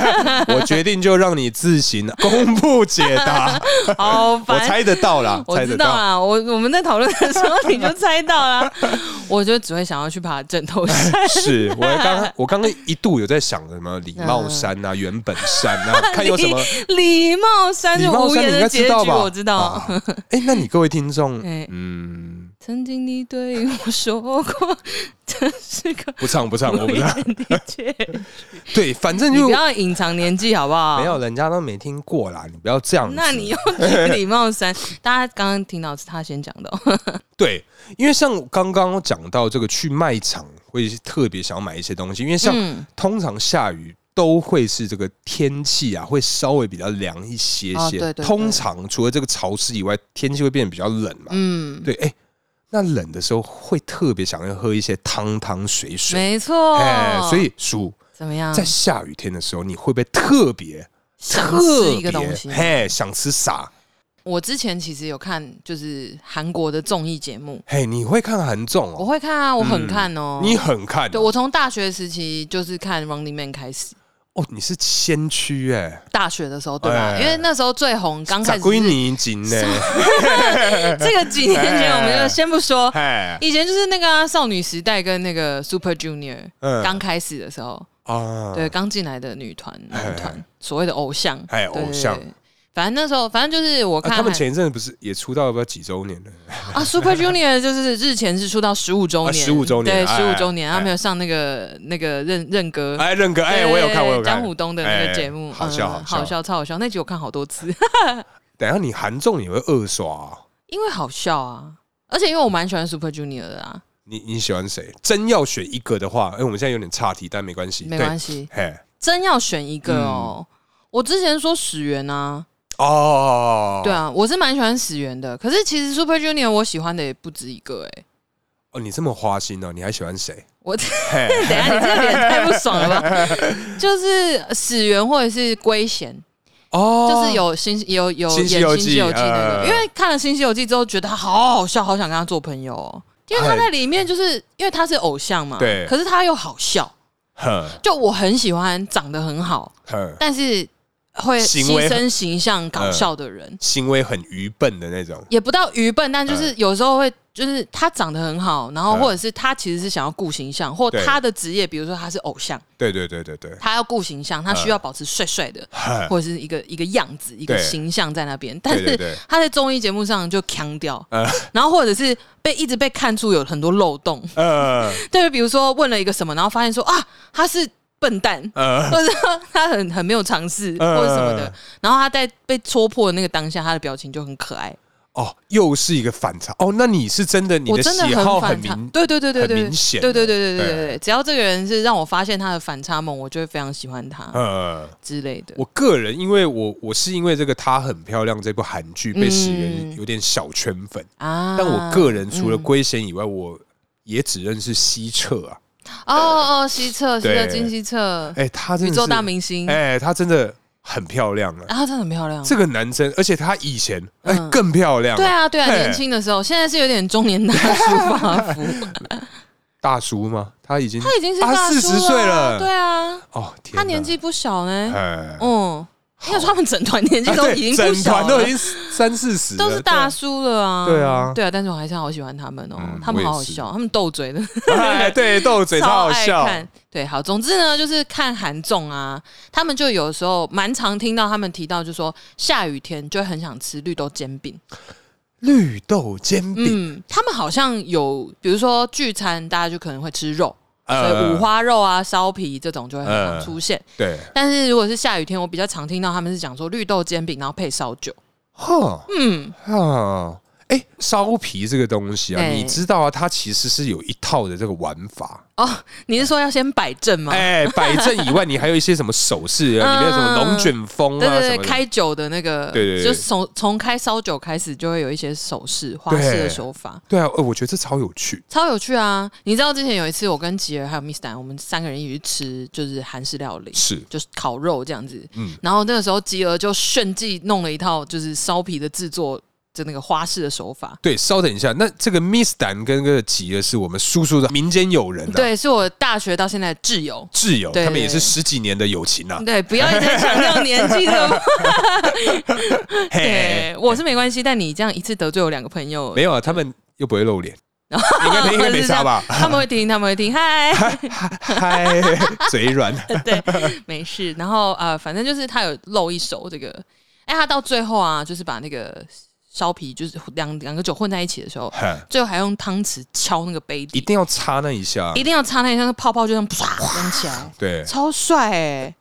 我决定就让你自行公布解答，
好
我
烦。
猜得到啦，
我
猜
知
得
道
到，
啦，我我们在讨论的时候你就猜到 啦，我就只会想要去爬枕头山，
是我刚 刚我刚刚一度有在想什么礼貌山
嗯
啊、原本山啊， 看有什么
礼貌山
礼
是
貌
无
山
言
你
的
应该
结
知道
局，
吧？
我知道。
啊哎，那你各位听 众
哎，
嗯，
曾经你对我说过，这是个
不唱不 唱，我
无
不
言
唱，
的 结局。
对，反正
你
就
不要隐藏年纪好不好？
没有，人家都没听过啦，你不要这样子。
那你要去礼貌山，大家刚刚听到是他先讲的、哦，
对，因为像刚刚讲到这个去卖场会特别想要买一些东西，因为像
嗯
通常下雨都会是这个天气啊，会稍微比较凉一些些。
哦对对对
通常除了这个潮湿以外，天气会变得比较冷嘛。
嗯，
对，哎、那冷的时候会特别想要喝一些汤汤水水。
没错，嗯
哎，所以叔
怎么样？
在下雨天的时候，你会不会特别
想吃
特
一个东西
别？嘿想吃啥？
我之前其实有看，就是韩国的综艺节目，
嘿，你会看韩综
我
哦？
会看啊，我很看哦。
你很看哦
对我从大学时期就是看《Running Man》开始，
哦，你是先驱哎、
大学的时候对吧？
哎
因为那时候最红，刚
欸，
开
咋
始
归
是
你紧呢？
这个几年前，我们就先不说，
哎，
以前就是那个啊、少女时代跟那个 Super Junior
嗯
刚开始的时候，
啊，
对，刚进来的女团、男
哎
团，所谓的偶像，
哎
对
偶像。
对对反正那时候，反正就是我
啊
看
他们
韩
前一阵子不是也出道要不要几周年了？
啊，Super Junior 就是日前是出道十五周年，
啊15周年
对，
哎
十五周年，
哎
他们有上那个那个任任哥，
哎，任哥，哎，
嗯对
我有看，我有看
江。虎东的那
哎
个节目，
好笑好
嗯
笑
好笑，超好笑，那集我看好多次，
等一下你韩综也会二刷啊？
因为好笑啊，而且因为我蛮喜欢 Super Junior 的啊，
你你喜欢谁？真要选一个的话，哎，我们现在有点岔题，但没关系，
没关系，
对，嗯嘿，
真要选一个哦，我之前说始源啊，
哦，
对，啊，我是蛮喜欢始源的，可是其实 Super Junior 我喜欢的也不止一个哎、
哦，你这么花心哦，你还喜欢谁？
我 等一下你这个脸太不爽了吧？ 就是始源或者是龟贤，
哦，
就是有新有有演
新
《
西
新
游记
西游记》那个，
呃
因为看了《新西游记》之后，觉得他好好笑，好想跟他做朋友、哦。因为他在里面就是因为他是偶像嘛，
对
可是他又好笑，
哼
就我很喜欢长得很好，
哼，
但是会
行为嗯
牺牲形象搞笑的人，
行为很愚笨的那种，
也不到愚笨，但就是
嗯
有时候会，就是他长得很好，然后或者是他其实是想要顾形象，或
对
他的职业，比如说他是偶像，
对对对对对，
他要顾形象，他
嗯
需要保持帅帅的，
哼
或者是一个一个样子，一个
对
形象在那边，但
对
是
对
他在综艺节目上就腔掉
嗯，
然后或者是被一直被看出有很多漏洞，
呃
对，比如说问了一个什么，然后发现说啊，他是笨蛋，
呃，
或者说他很很没有尝试，
嗯
或者什么的，然后他在被戳破的那个当下，他的表情就很可爱，
哦，又是一个反差哦。那你是真的，你
我
的
真的
喜好
反差
明，
对对对对
很
对，
明显
对对对对对
对
对对，只要这个人是让我发现他的反差萌，我就会非常喜欢他
呃，
之类的。
我个人因为我我是因为这个她很漂亮这部韩剧被石原
嗯
有点小圈粉，
啊
但我个人除了
嗯
龟贤以外，我也只认识西澈啊。
哦哦，西澈西澈
对
金西澈，
哎，她
嗯
真
宇
的
宙大
是，
明星，啊，
哎，她真的很漂亮了。
他真的很漂亮。
这个男生，而且他以前哎
嗯
更漂亮，
对，啊，对啊，
嘿
年轻的时候，现在是有点中年大叔发 福，
大叔吗？他已经
他已经是
他
大叔啊
40岁啊了
对啊，
哦，天
他
哪
年纪不小呢，
哎，
嗯，因为他们整团年纪都
啊对
已经不
整
小
团都已
了，
经三四十了，
都是大叔了啊，
对啊
对啊，但是我还是好喜欢他们哦
嗯，
他们好
我
好
也是
笑，他们斗嘴的，
哎，对，斗 嘴超好
爱
笑。
看对，好，总之呢，就是看韩综啊，他们就有时候蛮常听到他们提到，就说下雨天就会很想吃绿豆煎饼。
绿豆煎饼，
嗯，他们好像有，比如说聚餐，大家就可能会吃肉，所以
呃
五花肉啊、烧皮这种就会很
嗯
常出现。
对，
但是如果是下雨天，我比较常听到他们是讲说绿豆煎饼，然后配烧酒。
哈
嗯，哎
哈。哎，烧皮这个东西啊，
对
你知道啊，它其实是有一套的这个玩法。
哦，你是说要先摆正吗？
哎，摆正以外，你还有一些什么手势啊，里面有什么龙卷风
嗯对
啊
对
什
对，
么的。
开酒的那个，
对对对
就是从从开烧酒开始，就会有一些手势、花式的手法，
对啊，呃我觉得这超有趣。
超有趣啊！你知道之前有一次，我跟吉儿还有 Miss 丹，我们三个人一起去吃，就是韩式料理，
是
就是烤肉这样子。
嗯
然后那个时候吉儿就炫技弄了一套，就是烧皮的制作的那个花式的手法。
对，稍等一下，那这个 Miss Dan 跟这个吉的是我们叔叔的民间友人、啊，，
对，是我大学到现在的挚友。
挚友，
对
他们也
对
是十几年的友情啊。
对，不要一直强调年纪 的。
嘿，
对，我是没关系，但你这样一次得罪我两个朋友，？
没有啊，他们又不会露脸，应该没应该没差吧
他们会听，他们会听，嗨，
嗨， 嘴软，
对，没事。然后呃，反正就是他有露一手这个，哎，他到最后啊，就是把那个烧皮，就是两两个酒混在一起的时候，
哼
最后还用汤匙敲那个杯
一
底，
定要擦那一下
一。定要擦那一下，那泡泡就这样啪扬起来，
对，
超帅哎！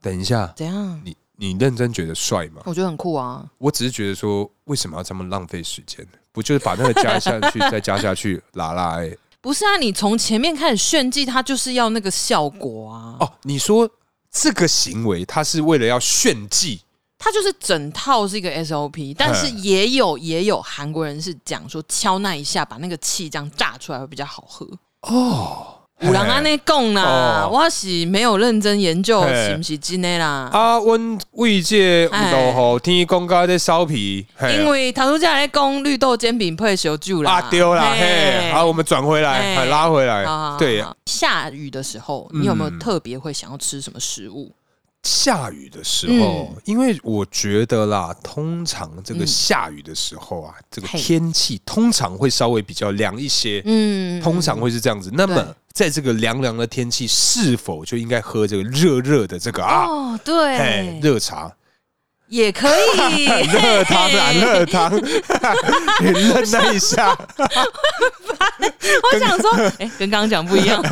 等一下，
怎样？
你你认真觉得帅吗？
我觉得很酷啊！
我只是觉得说，为什么要这么浪费时间呢？不就是把那个加下去，再加下去，拉拉哎、
不是啊，你从前面开始炫技，他就是要那个效果啊！
哦，你说这个行为，他是为了要炫技，
它就是整套是一个
嗯
SOP，但是也有也有韩国人是讲说敲那一下，把那个气这样炸出来会比较好喝。哦，五郎安内贡啦，
哦
我是没有认真研究
嘿
是不是真的啦，
啊，阮为这落后天公家在烧皮，嘿
因为唐书家来供绿豆煎饼配小酒啦，
啊丢啦，嘿，
嘿
好，我们转回来，
嘿
啊拉回来
好好好，
对，
好下雨的时候，你有没有
嗯
特别会想要吃什么食物？
下雨的时候，
嗯
因为我觉得啦，通常这个下雨的时候啊，这个
嘿
天气通常会稍微比较凉一些，
嗯，
通常会是这样子。那么
对
在这个凉凉的天气，是否就应该喝这个热热的这个啊，
哦，对，
嘿，热茶？
也可 以，
热汤 啊，
嘿
热汤， 你愣那一下，
我想 说，哎、跟刚刚讲不一样，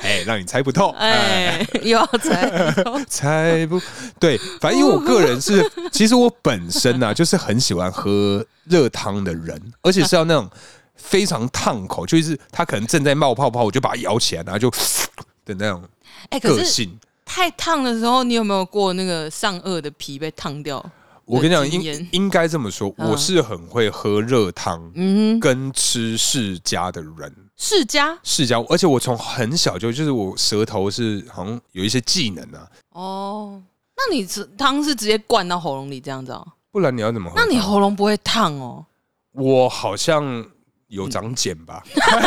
哎，让你猜不透，哎。
哎、又要 猜，
才不对，反正因为我个人是，其实我本身呢、啊、就是很喜欢喝热汤的人，而且是要那种非常烫口，就是它可能正在冒泡泡，我就把它舀起来，然后就的那种
哎、可
个
是
性。
太烫的时候，你有没有过那个上颚的皮被烫掉？
我跟你讲，
经验
应应该这么说，
嗯
我是很会喝热汤
嗯，
跟吃世家的人。
世家
世家，而且我从很小就就是我舌头是好像有一些技能啊，
哦，那你吃汤是直接灌到喉咙里这样子哦？
不然你要怎么喝
那
汤？
你喉咙不会烫哦？
我好像有长茧吧，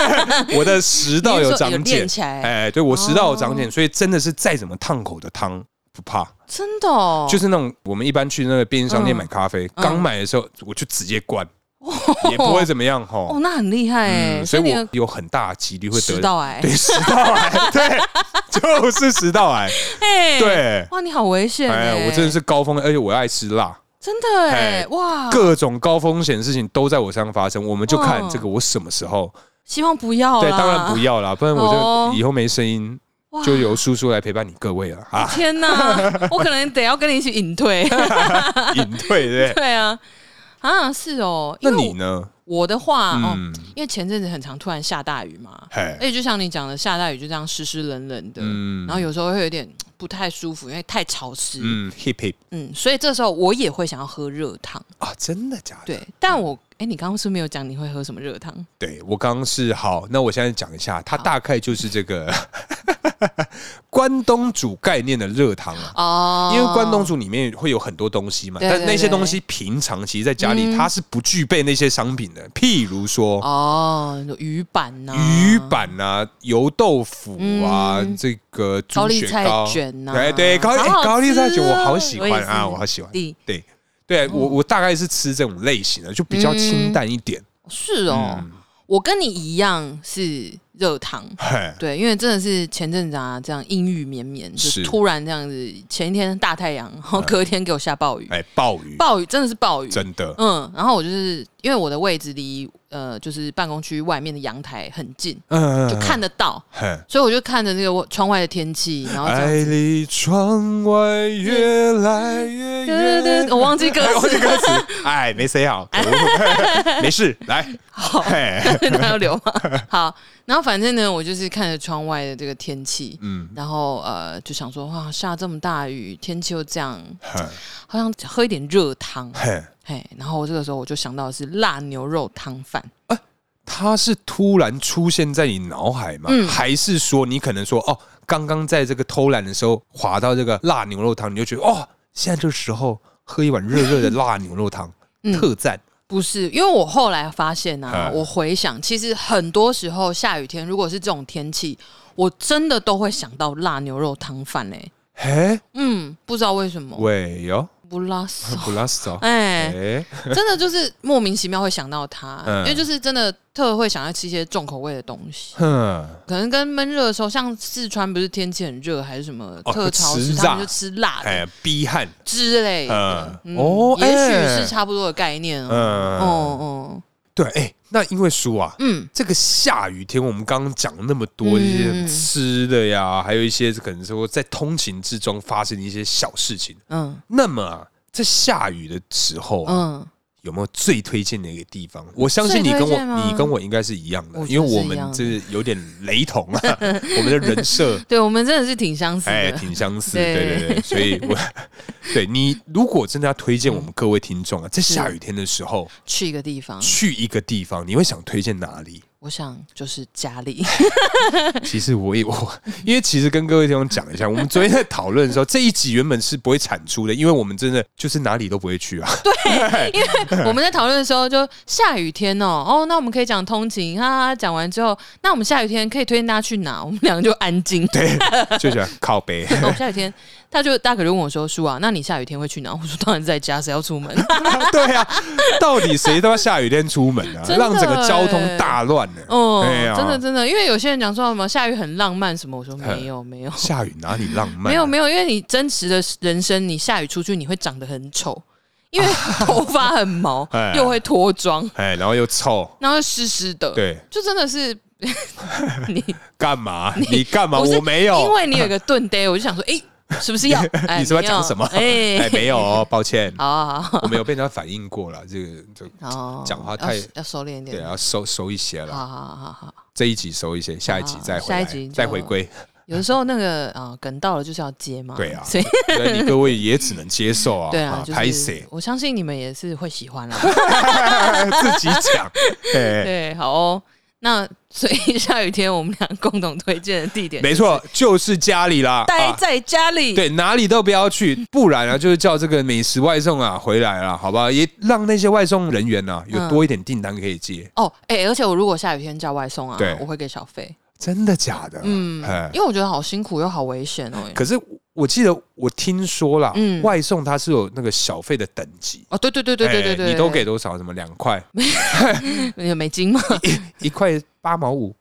我的食道
嗯你是
有
说
长茧
练，起来，
哎，对我食道有长
哦
茧，所以真的是再怎么烫口的汤不怕，
真的哦，
就是那种我们一般去那个便利商店
嗯
买咖啡，刚买的时候我就直接灌，也不会怎么样
哦，
吼。
那很厉害哎、
嗯，所以
你
我
的
有很大的几率会
食
得
道欸癌，
对食 道癌，对，就是食道癌，
哎，
对。
哇，你好危险哎、
哎，我真的是高风险，而且我爱吃辣，
真的哎、
哎
哇，
各种高风险的事情都在我身上发生，我们就看
哦
这个我什么时候
希望不要啦，
对，当然不要啦，不然
哦
我就以后没声音，
哇
就由叔叔来陪伴你各位了 啊，
天 哪，我可能得要跟你一起隐退。
哎隐退对不对。
对啊，啊是哦。
那
因为
你呢？
我我的话、哦，
嗯，
因为前阵子很常突然下大雨嘛，而
嘿，
且就像你讲的，下大雨就这样湿湿冷冷的，
嗯
然后有时候会有点嘖不太舒服，因为太潮湿。嗯
嗯，hip hip
所以这时候我也会想要喝热汤。
啊，真的假的？
对，但我哎、你刚刚是不是没有讲你会喝什么热汤？
对我刚刚是好，那我现在讲一下，它
好
大概就是这个 关东煮概念的热汤啊。
哦
因为关东煮里面会有很多东西嘛，
对对
但那些
对
东西平常其实在家里
嗯
它是不具备那些商品的，譬如说
哦，有鱼板呐、
鱼板啊、油豆腐啊，
嗯
这个
高
猪
丽
血
菜
糕、
卷呐、
对对，高丽、
好
哎
好
高丽菜卷
吃
我
哦
好喜欢
也
啊，
是嗯
我好喜欢。
对，
对对，我我大概是吃这种类型的，就比较清淡一点。
是哦，
嗯
我跟你一样是热汤。
嘿，
对，因为真的是前阵子啊，这样阴雨绵绵，就是突然这样子，前一天
嗯
大太阳，然后隔天给我下暴雨，
哎，鲍鱼，
暴雨真的是暴雨，
真的
嗯，然后我就是因为我的位置离呃就是办公区外面的阳台很近，
嗯
就看，得到，
嘿
所以我就看着那个窗外的天气，然后这样
爱离窗外越来越
对对对
远。
对，我忘记歌
哎，忘
词
记歌词，哎，没谁 好，可恶没事，来，
好，
嘿，
他要留吗？好，然后反正呢，我就是看着窗外的这个天气，
嗯，
然后呃，就想说哇，下这么大雨，天气又这样，
嘿
好像喝一点热汤，
嘿，
嘿，然后我这个时候我就想到的是辣牛肉汤饭，
它是突然出现在你脑海吗？
嗯
还是说你可能说哦，刚刚在这个偷懒的时候滑到这个辣牛肉汤，你就觉得哦，现在这时候喝一碗热热的辣牛肉汤，
嗯
特赞。
不是，因为我后来发现啊，
嗯
我回想，其实很多时候下雨天，如果是这种天气，我真的都会想到辣牛肉汤饭嘞、欸
嘿，
嗯，不知道为什么，
喂哟，
不拉 手，
不拉手，
哎、
哎，
真的就是莫名其妙会想到它，
嗯
因为就是真的特会想要吃一些重口味的东西，
哼，
可能跟闷热的时候，像四川不是天气很热还是什么
哦
特潮
吃
湿，
辣
他们就吃辣的
哎，逼汗，
之类
嗯
的。，
哦
哦，，哎也许
哎
是差不多的概念哦。
嗯
哦哦，
对，哎，那因为叔啊，
嗯，
这个下雨天，我们刚刚讲那么多一些
嗯
吃的呀，还有一些可能说在通勤之中发生的一些小事情。
嗯
那么啊，在下雨的时候啊，
嗯，
有没有最推荐的一个地方？我相信你跟
最推
我
荐，吗
你跟我应该是一样的
我，
因为我
觉
们
得是
这有点雷同啊， 我们的人设
对，我们真的 是挺相似
哎
的。
挺相似，
对
对对对，所以 我对你如果真的要推荐我
嗯
们各位听众啊，在下雨天的时候
去一个地方，
去一个地方，你会想推荐哪里？
我想就是家里。
其实我也我， 因为其实跟各位听众讲一下，我们昨天在讨论的 时候，这一集原本是不会产出的，因为我们真的就是哪里都不会去啊。
因为我们在讨论的时候，就下雨天哦，哦，那我们可以讲通勤哈哈。讲完之后，那我们下雨天可以推荐大家去哪？我们两个就安静。
对，就想靠北。
哦，下雨天，他就大可就问我说：“叔啊，那你下雨天会去哪？”我说：“当然在家，谁要出门
对啊，到底谁都要下雨天出门啊，
真的
让整个交通大乱呢、？”
哦
哎呀，
真的真的，因为有些人讲说什么下雨很浪漫什么，我说没有没有
下雨哪里浪漫、啊
没有，没有，因为你真实的人生，你下雨出去你会长得很丑，因为头发很毛
哎，
又会脱妆，
哎，然后又臭，
然后又湿湿的，
对，
就真的是你。
干嘛？你干嘛？
不是
我没
因
有。
为你有一个盾 day，我就想说，哎、是不是 要？哎
你是不是要
没有
讲什么
哎、
哎，没 有哦，抱歉，
好嗯好好
我没有被他反应过了，这个就
好，
讲话太
要要收敛一点，
对，啊要收收一些了，
好好好好好。
这一集收一些，下一集再回
下
来
一集，就
再回 归。
有的时候那个啊、梗到了就是要接嘛，
对啊
所以
所以你各位也只能接受啊，
对啊，就
拍
是
谁
我相信你们也是会喜欢啦。
自己 讲，哎，
对，好哦。那所以 下雨天我们俩共同推荐的地点，
没，错，就是家里啦，
待
啊
在家里。
对，哪里都不要去， 不然啊，就是叫这个美食外送啊回来了，好吧？也让那些外送人员啊有
嗯
多一点订单可以接。
哦，哎、而且我如果下雨天叫外送啊
对，
我会给小费，
真的假的？嗯
嗯，
哎，
因为我觉得好辛苦又好危险哦。
可是我记得我听说啦，
嗯
外送它是有那个小费的等级。
哦，对对对对对对
哎
对，
你都给多少？什么两块、
有美金 吗？
一一块八 毛五，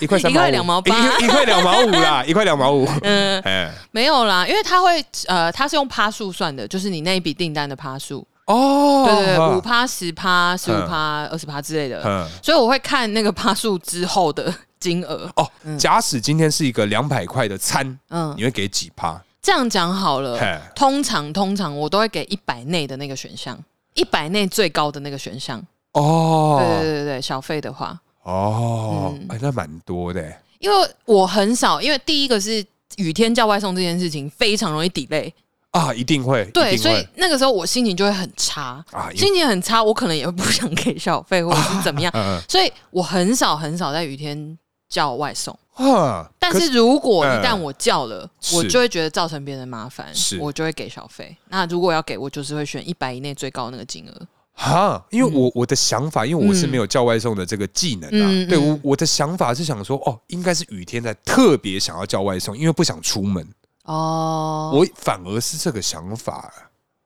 一块三
一块两毛八
一一块两毛 五啦，一块两毛五。
嗯，
哎，
没有啦，因为他会呃，他是用趴数算的，就是你那一笔订单的趴数，
哦，
对对对，
好
五趴、十趴、十五趴、二十趴之类的，
嗯，
所以我会看那个趴数之后的金额。
哦，假使今天是一个两百块的餐，
嗯
你，会给几趴？
这样讲好了
嘿，
通常通常我都会给一百内的那个选项，一百内最高的那个选项。对对
哦，
对对对，小费的话，
哦
嗯，
哎，那蛮多的欸。
因为我很少，因为第一个是雨天叫外送这件事情非常容易 delay，
啊，一定会，一
对，
定
所以
会
那个时候我心情就会很差，
啊，因为
心情很差，我可能也会不想给小费或者 是怎么样，
嗯
所以我很少很少在雨天叫外送。
嗯啊，
但
可
是如果一
嗯
旦我叫了，
是
我就会觉得造成别人麻烦
是，
我就会给小费。那如果要给我，就是会选一百以内最高那个金额。
哈，因为我我的想法，因为我是
嗯
没有叫外送的这个技能啊，
嗯
对
嗯
我我的想法是想说，哦，应该是雨天才特别想要叫外送，因为不想出门，
哦，
我反而是这个想法。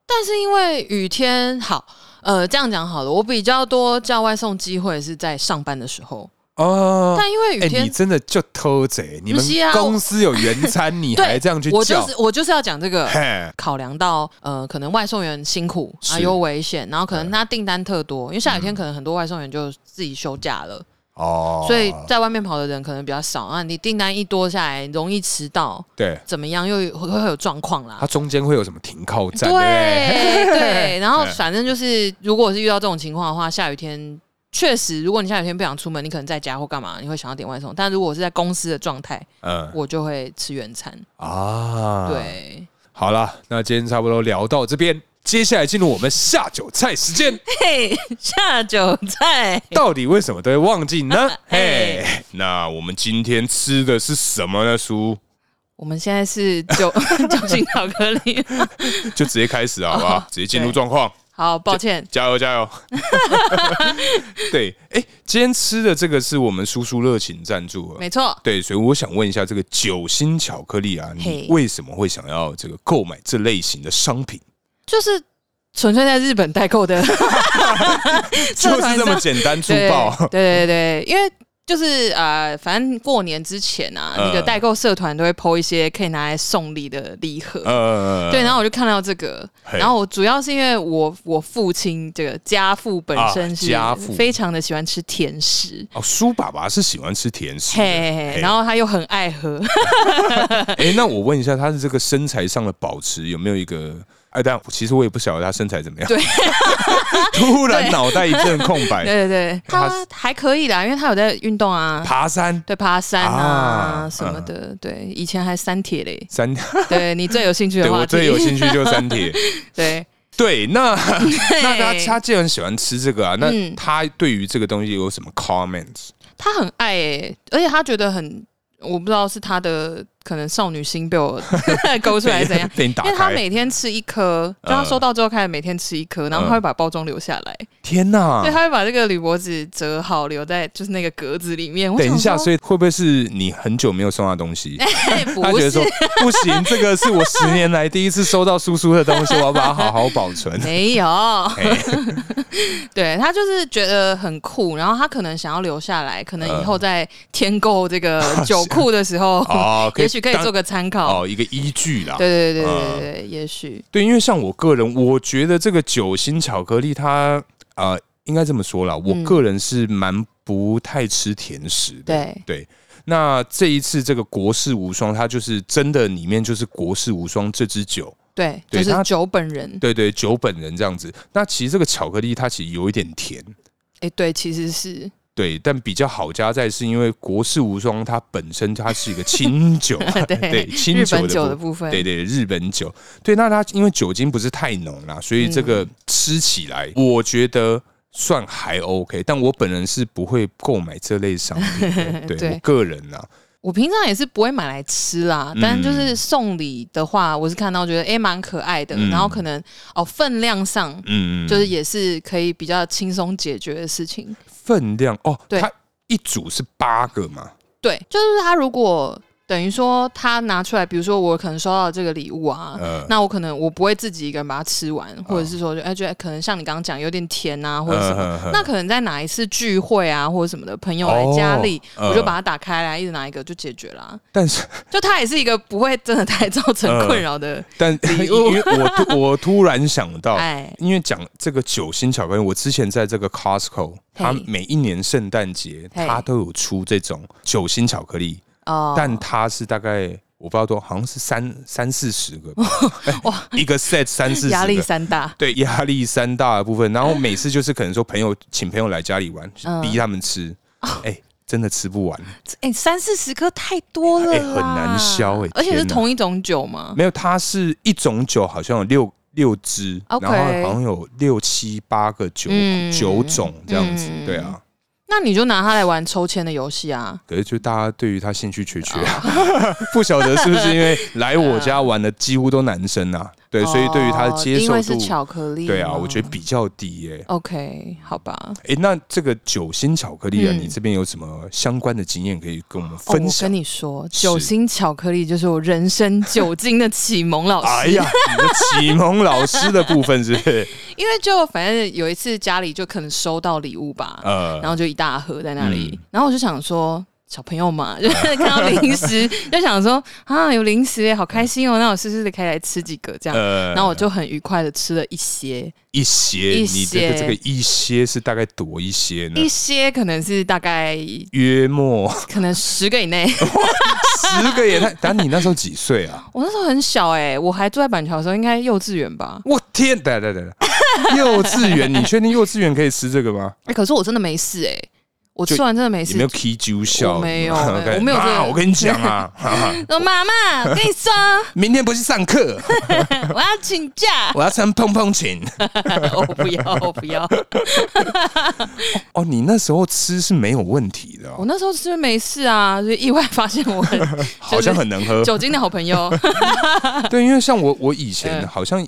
但是因为雨天好，呃，这样讲好了，我比较多叫外送机会是在上班的时候，
哦，
但因为雨
哎、
天
你真的就偷贼！你们
不是啊
公司有原餐，你
对
还这样去
我
叫
就？是我就是要讲这个。
嘿，
考量到呃，可能外送员辛苦啊，
是嗯
又危险，然后可能他订单特多，因为下雨天可能很多外送员就自己休假了，
哦，
所以在外面跑的人可能比较少啊。你订单一多下来，容易迟到，
对，
怎么样又会会有状况啦
它。中间会有什么停靠站？对
对 对，然后
嗯
反正就是，如果是遇到这种情况的话，下雨天确实，如果你下雨天不想出门，你可能在家或干嘛，你会想要点外送。但如果我是在公司的状态，
不对，嗯
我就会吃原餐。
啊，，
对，
好了，那今天差不多聊到这边，接下来进入我们下酒菜 时间。
嘿，下酒菜，
到底为什么都会忘 记呢？嘿
哎，
那我们今天吃的是什么呢？叔，
我们现在是 酒酒精巧克力。
就直接开始好不好？直接进入
哦对
状况。
好，抱歉，
加油 加油！对，哎、今天吃的这个是我们叔叔热情赞助的，
没错，
对，所以我想问一下，这个酒心巧克力啊，你
嘿
为什么会想要这个购买这类型的商品？
就是纯粹在日本代购 的社团
就
上，
是这么简单粗暴，
对对对对，因为就是呃，反正过年之前啊，
嗯
那个代购社团都会抛一些可以拿来送礼的礼盒。
呃，
对，然后我就看到这个，
嘿
然后我主要是因为我我父亲这个家父本身
啊
是
家父
非常的喜欢吃甜食，
哦，苏爸爸是喜欢吃甜食的，
嘿
哎、
嘿嘿，然后他又很爱喝，
那我问一下，他的这个身材上的保持有没有一个？哎，但其实我也不晓得他身材怎么样，
对，
突然脑袋一阵空白，
对对对，
他
他还可以啦，因为他有在运动啊，
爬山
对爬山啊
啊，
什么的，对，以前还三铁嘞
山，
对你最有兴趣
对
的话
我
题，
最有兴趣就是山铁。
对，
对，那那他
对
他既然喜欢吃这个啊，那
嗯
他对于这个东西有什么 comments？
他很爱诶、而且他觉得很，我不知道是他的可能少女心被我 勾出来怎样。
被你打
因为他
开？
每天吃一颗，就他收到之后开始每天吃一
嗯
颗，然后他会把包装留下来，
天哪
所以！他会把这个铝箔纸折好，留在就是那个格子里面。
等一下，所
以
以会不会是你很久没有送他东 西？他
哎不
觉得
是。
说不行，这个是我十年来第一次收到叔叔的东西，我要把它好好保存
没有，
哎
对他就是觉得很酷，然后他可能想要留下来，可能以后在添购这 个酒库的时候，
啊 哦可以
也许可以
当
做个参考。
哦，一个依据啦。
对对对
嗯
对对对，也许
对，因为像我个人，我觉得这个酒心巧克力它，呃，应该这么说啦，我
嗯
个人是蛮不太吃甜食的。
对
对，那这一次这个国士无双，它就是真的里面就是国士无双这支酒，
对，
对
就是
他
酒本人。
对对，酒本人这样子。那其实这个巧克力它其实有一点甜，
哎，对，其实 是
对，但比较好加在是因为国士无双它本身它是一个清酒，
对
清
日
酒
本酒
的
的
部。
部分。
对对，日本酒，对，那它因为酒精不是太浓啦，所以这个
嗯
吃起来，我觉得算还 OK，但我本人是不会购买这类商品 的，对
对
我个人啦，
我平常也是不会买来吃啦，
嗯
但就是送礼的话，我是看到觉得哎蛮可爱的，
嗯
然后可能哦分量上
嗯，
就是也是可以比较轻松解决的事情。
分量哦，
对
它一组是八个嘛，
对，就是他如果等于说他拿出来，比如说我可能收到这个礼物啊，
呃，
那我可能我不会自己一个人把它吃完，或者是说就哎觉得可能像你刚刚讲有点甜啊或者什么，
嗯哼
那可能在哪一次聚会啊或者什么的朋友来家里，
哦嗯
我就把它打开来，一人拿一个就解决啦。
但是
就它也是一个不会真的太造成
嗯
困扰的，
但 因为我突我突然想到。
哎、
因为讲这个酒心巧克力，我之前在这个 Costco，它每一年圣诞节
嘿
它都有出这种酒心巧克力，
哦，
但它是大概我不知道多，好像是三三四十 个吧，哇， 一个 set 三四十
压力
个。
山大，
对压力山大的部分，然后每次就是可能说朋友请朋友来家里玩，
嗯
逼他们吃，哎、真的吃不完，
哎、三四十颗太多了啦、
哎很难消哎
而且是
天哪
同一种酒吗？
没有，它是一种酒，好像有六六支
OK
然后好像有六七八个酒、
嗯
酒种这样子，
嗯
对啊。
那你就拿它来玩抽签的游戏啊，
可是就大家对于 他兴趣缺缺、啊，不晓得是不是因为来我家玩的几乎都男生啊？对，所以对于它的接
哦因
受
为是
度，
巧克力吗，
对啊，我觉得比较低耶、
OK，好吧。哦
诶，那这个酒心巧克力啊，
嗯
你这边有什么相关的经验可以跟我们
哦，
分
我
享？
跟你说，
是
酒心巧克力就是我人 生酒精的启蒙老师。
哎呀，你的启蒙老师的部分是不是？
因为就反正有一次家里就可能收到礼物吧，
呃，
然后就一大盒在那里，
嗯
然后我就想说。小朋友嘛， 就是看到零 食就想说啊，有零食耶，好开心哦！那我是不是可以来吃几个这样？
呃，
然后我就很愉快的吃了一些，
一些，
一
你这个
些
这个一些是大概多一些呢
一？些可能是大概
约莫
可能十个以内。
十个也太……但你那时候几岁 啊？
我那时候很小哎、我还住在板桥的时候，应该幼稚园吧？
我天，对对对， 等幼稚园，你确定幼稚园可以吃这个吗？
哎、可是我真的没事哎、我
就
吃完真的没
有
事
没有 K 九笑？
我 没有
OK，
我没有这个
妈我跟你讲 啊，哈哈
说妈妈，我跟你说，
明天不去上课，
我要请 假。
我要穿蓬蓬裙。
我不要，我不要。
哦，你那时候吃是没有问题的
我
哦，
那时候是不是没事啊，所以意外发现我 很
好像很能喝。
酒精的好朋友。
对，因为像我，我以前
嗯
好像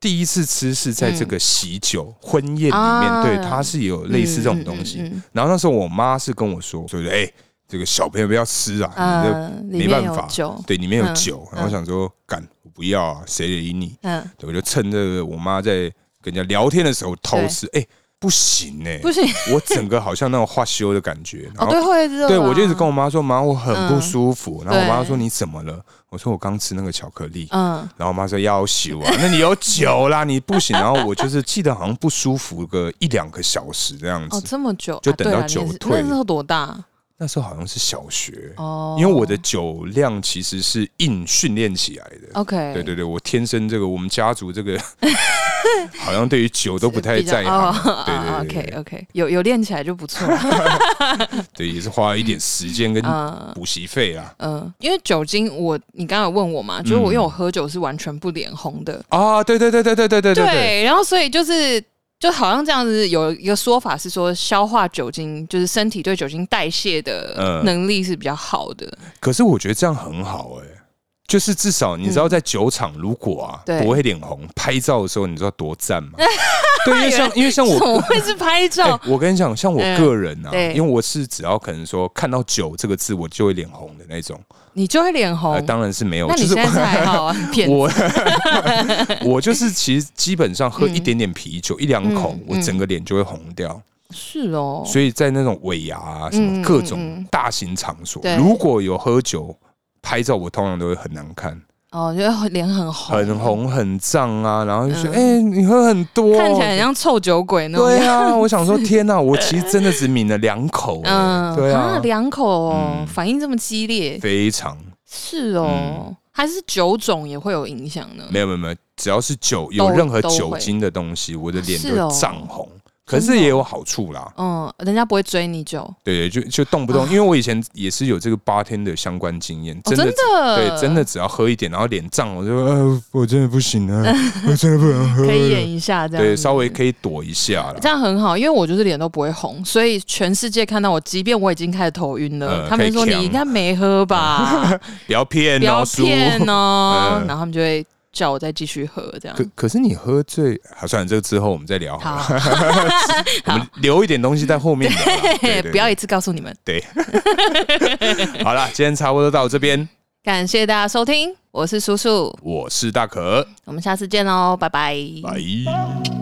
第一次吃是在这个喜酒、婚宴里面，
啊
对，它是有类似这种东西。
嗯嗯嗯嗯
然后那时候我妈是跟我说，就是哎、这个小朋友不要吃啊，你这
嗯，里
没
面
办
有
法
酒，
对，里面有
嗯
酒。然后我想说，干，我不要啊，谁理你？
嗯，
对，我就趁这个我妈在跟人家聊天的时候偷吃，哎、不行 呢、哎
不行。
我整个好像那种化修的感 觉，
哦，
然后
对，会热啊。嗯
对，我就一直跟我妈说，妈，我很不舒服。然后我妈
对
说你怎么了？我说我刚吃那个巧克力。
嗯，
然后我妈说要修啊， 那你有酒啦，你不行。然后我就是记得好像不舒服个一两个小时这样
哦，
子。
这么久，
就
啊
等
对
到
啦你
酒
也是
退
那时候多大？
那时候好像是小学，
哦，
因为我的酒量其实是硬训练起来的。
OK，
对对对，我天生这个，我们家 族这个好像对于酒都不太
比较
在
哦
行。对对对 对
OK OK，有有练起来就不 错。
对，也是花了一点时间跟
嗯
补习费啦。
嗯，因为酒精，我你刚刚有问我嘛，
嗯
就是我因为我喝酒是完全不脸红的，
啊，对对对对对对对对
对，然后所以就是。就好像这样子，有一个说法是说，消化酒精就是身体对酒精代谢的
嗯
能力是比较好的。
可是我觉得这样很好哎、就是至少你知道在酒场，如果啊、
嗯对
不会脸红，拍照的时候你知道多 赞吗？对，因为像因为像
怎
我。
么会是拍
哎
照？
我跟你讲，像我个人啊，
嗯对
因为我是只要可能说看到“酒”这个字，我就会脸红的那种。
你就会脸红
呃，？当然是没有，
哦那你
就是
现在是 还好啊，骗子
我 我就是其实基本上喝一点点啤酒，一两口
嗯，
我整个脸就会红掉。
是哦。
所以在那种尾牙、啊、什
嗯
么各
嗯
种
嗯
大型场所，
对
如果有喝酒拍照，我通常都会很难看，
哦，觉得脸很红，
很，红很胀啊，然后就说：“
嗯
哎、你喝很多哦。”
看起来很像臭酒鬼那种。
对啊，我想说，天 哪、我其实真的只抿了两口、哎
嗯，
对啊，
两口哦，
嗯
反应这么激烈，
非常
是哦，
嗯
还是酒种也会有影响呢？
没有没有没有，只要是酒有任何酒精的东西，我的脸
是哦
就涨红。可是也有好处啦，
嗯，人家不会追你哦酒，
对，就就动不动，
啊
因为我以前也是有这个八天的相关经验，
哦
真的
真的
对，真的只要喝一点，然后脸胀，我就呃，我真的不行啊， 我真的不能喝了。
可以演一下这样，
对，稍微。可以躲一下啦
这。样很好，因为我就是脸都不会红，所以全世界看到我，即便我已经开始头晕了，
呃
他们说
可
你
以呛
应该没喝 吧，
不要骗
不要
哦，叔。
骗哦，
嗯
然后他们就会叫我再继续喝这样
可。可是你喝醉，好，算了，这个之后我们再聊好了。
好，
我们留一点东西在后面聊 啦。对对对
不要一次告诉你们。
好了，今天差不多到这边，
感谢大家收听，我是叔叔，
我是大可，
哦我们下次见喽，拜拜。
拜。